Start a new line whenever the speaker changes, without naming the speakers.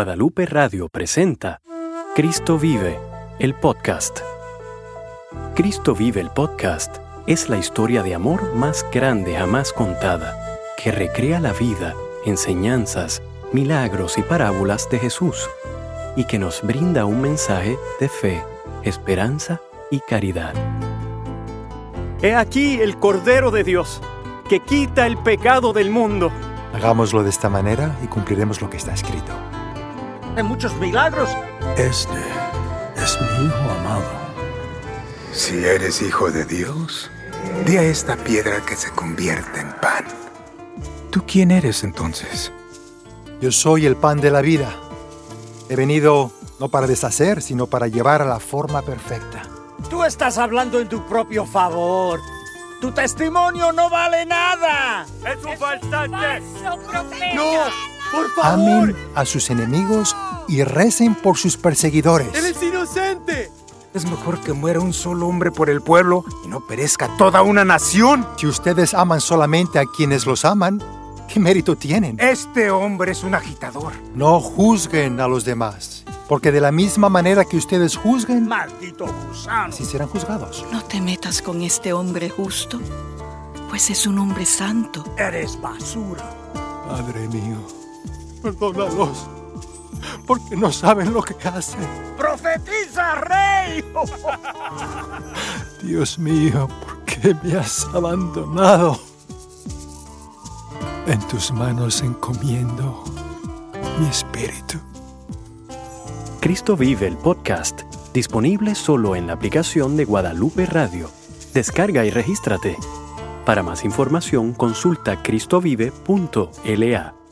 Guadalupe Radio presenta Cristo Vive, el podcast. Cristo Vive el podcast es la historia de amor más grande jamás contada, que recrea la vida, enseñanzas, milagros y parábolas de Jesús, y que nos brinda un mensaje de fe, esperanza y caridad.
He aquí el Cordero de Dios, que quita el pecado del mundo.
Hagámoslo de esta manera y cumpliremos lo que está escrito.
Hay muchos milagros.
Este es mi Hijo amado.
Si eres hijo de Dios, di a esta piedra que se convierta en pan. ¿Tú quién eres entonces?
Yo soy el pan de la vida. He venido no para deshacer, sino para llevar a la forma perfecta.
Tú estás hablando en tu propio favor. Tu testimonio no vale nada.
Es un faltante.
No, por favor.
Amen a sus enemigos y recen por sus perseguidores.
Eres inocente.
Es mejor que muera un solo hombre por el pueblo y no perezca toda una nación.
Si ustedes aman solamente a quienes los aman, ¿qué mérito tienen?
Eh.
Este hombre es un agitador.
No juzguen a los demás, porque de la misma manera que ustedes juzguen,
Maldito gusano.
así serán juzgados.
No te metas con este hombre justo, pues es un hombre santo.
Eres basura.
Padre mío, perdónalos, porque no saben lo que hacen.
Profetiza, rey.
Dios mío, ¿por qué me has abandonado? En tus manos encomiendo mi espíritu.
Cristo Vive el podcast, disponible solo en la aplicación de Guadalupe Radio. Descarga y regístrate. Para más información consulta cristovive.la.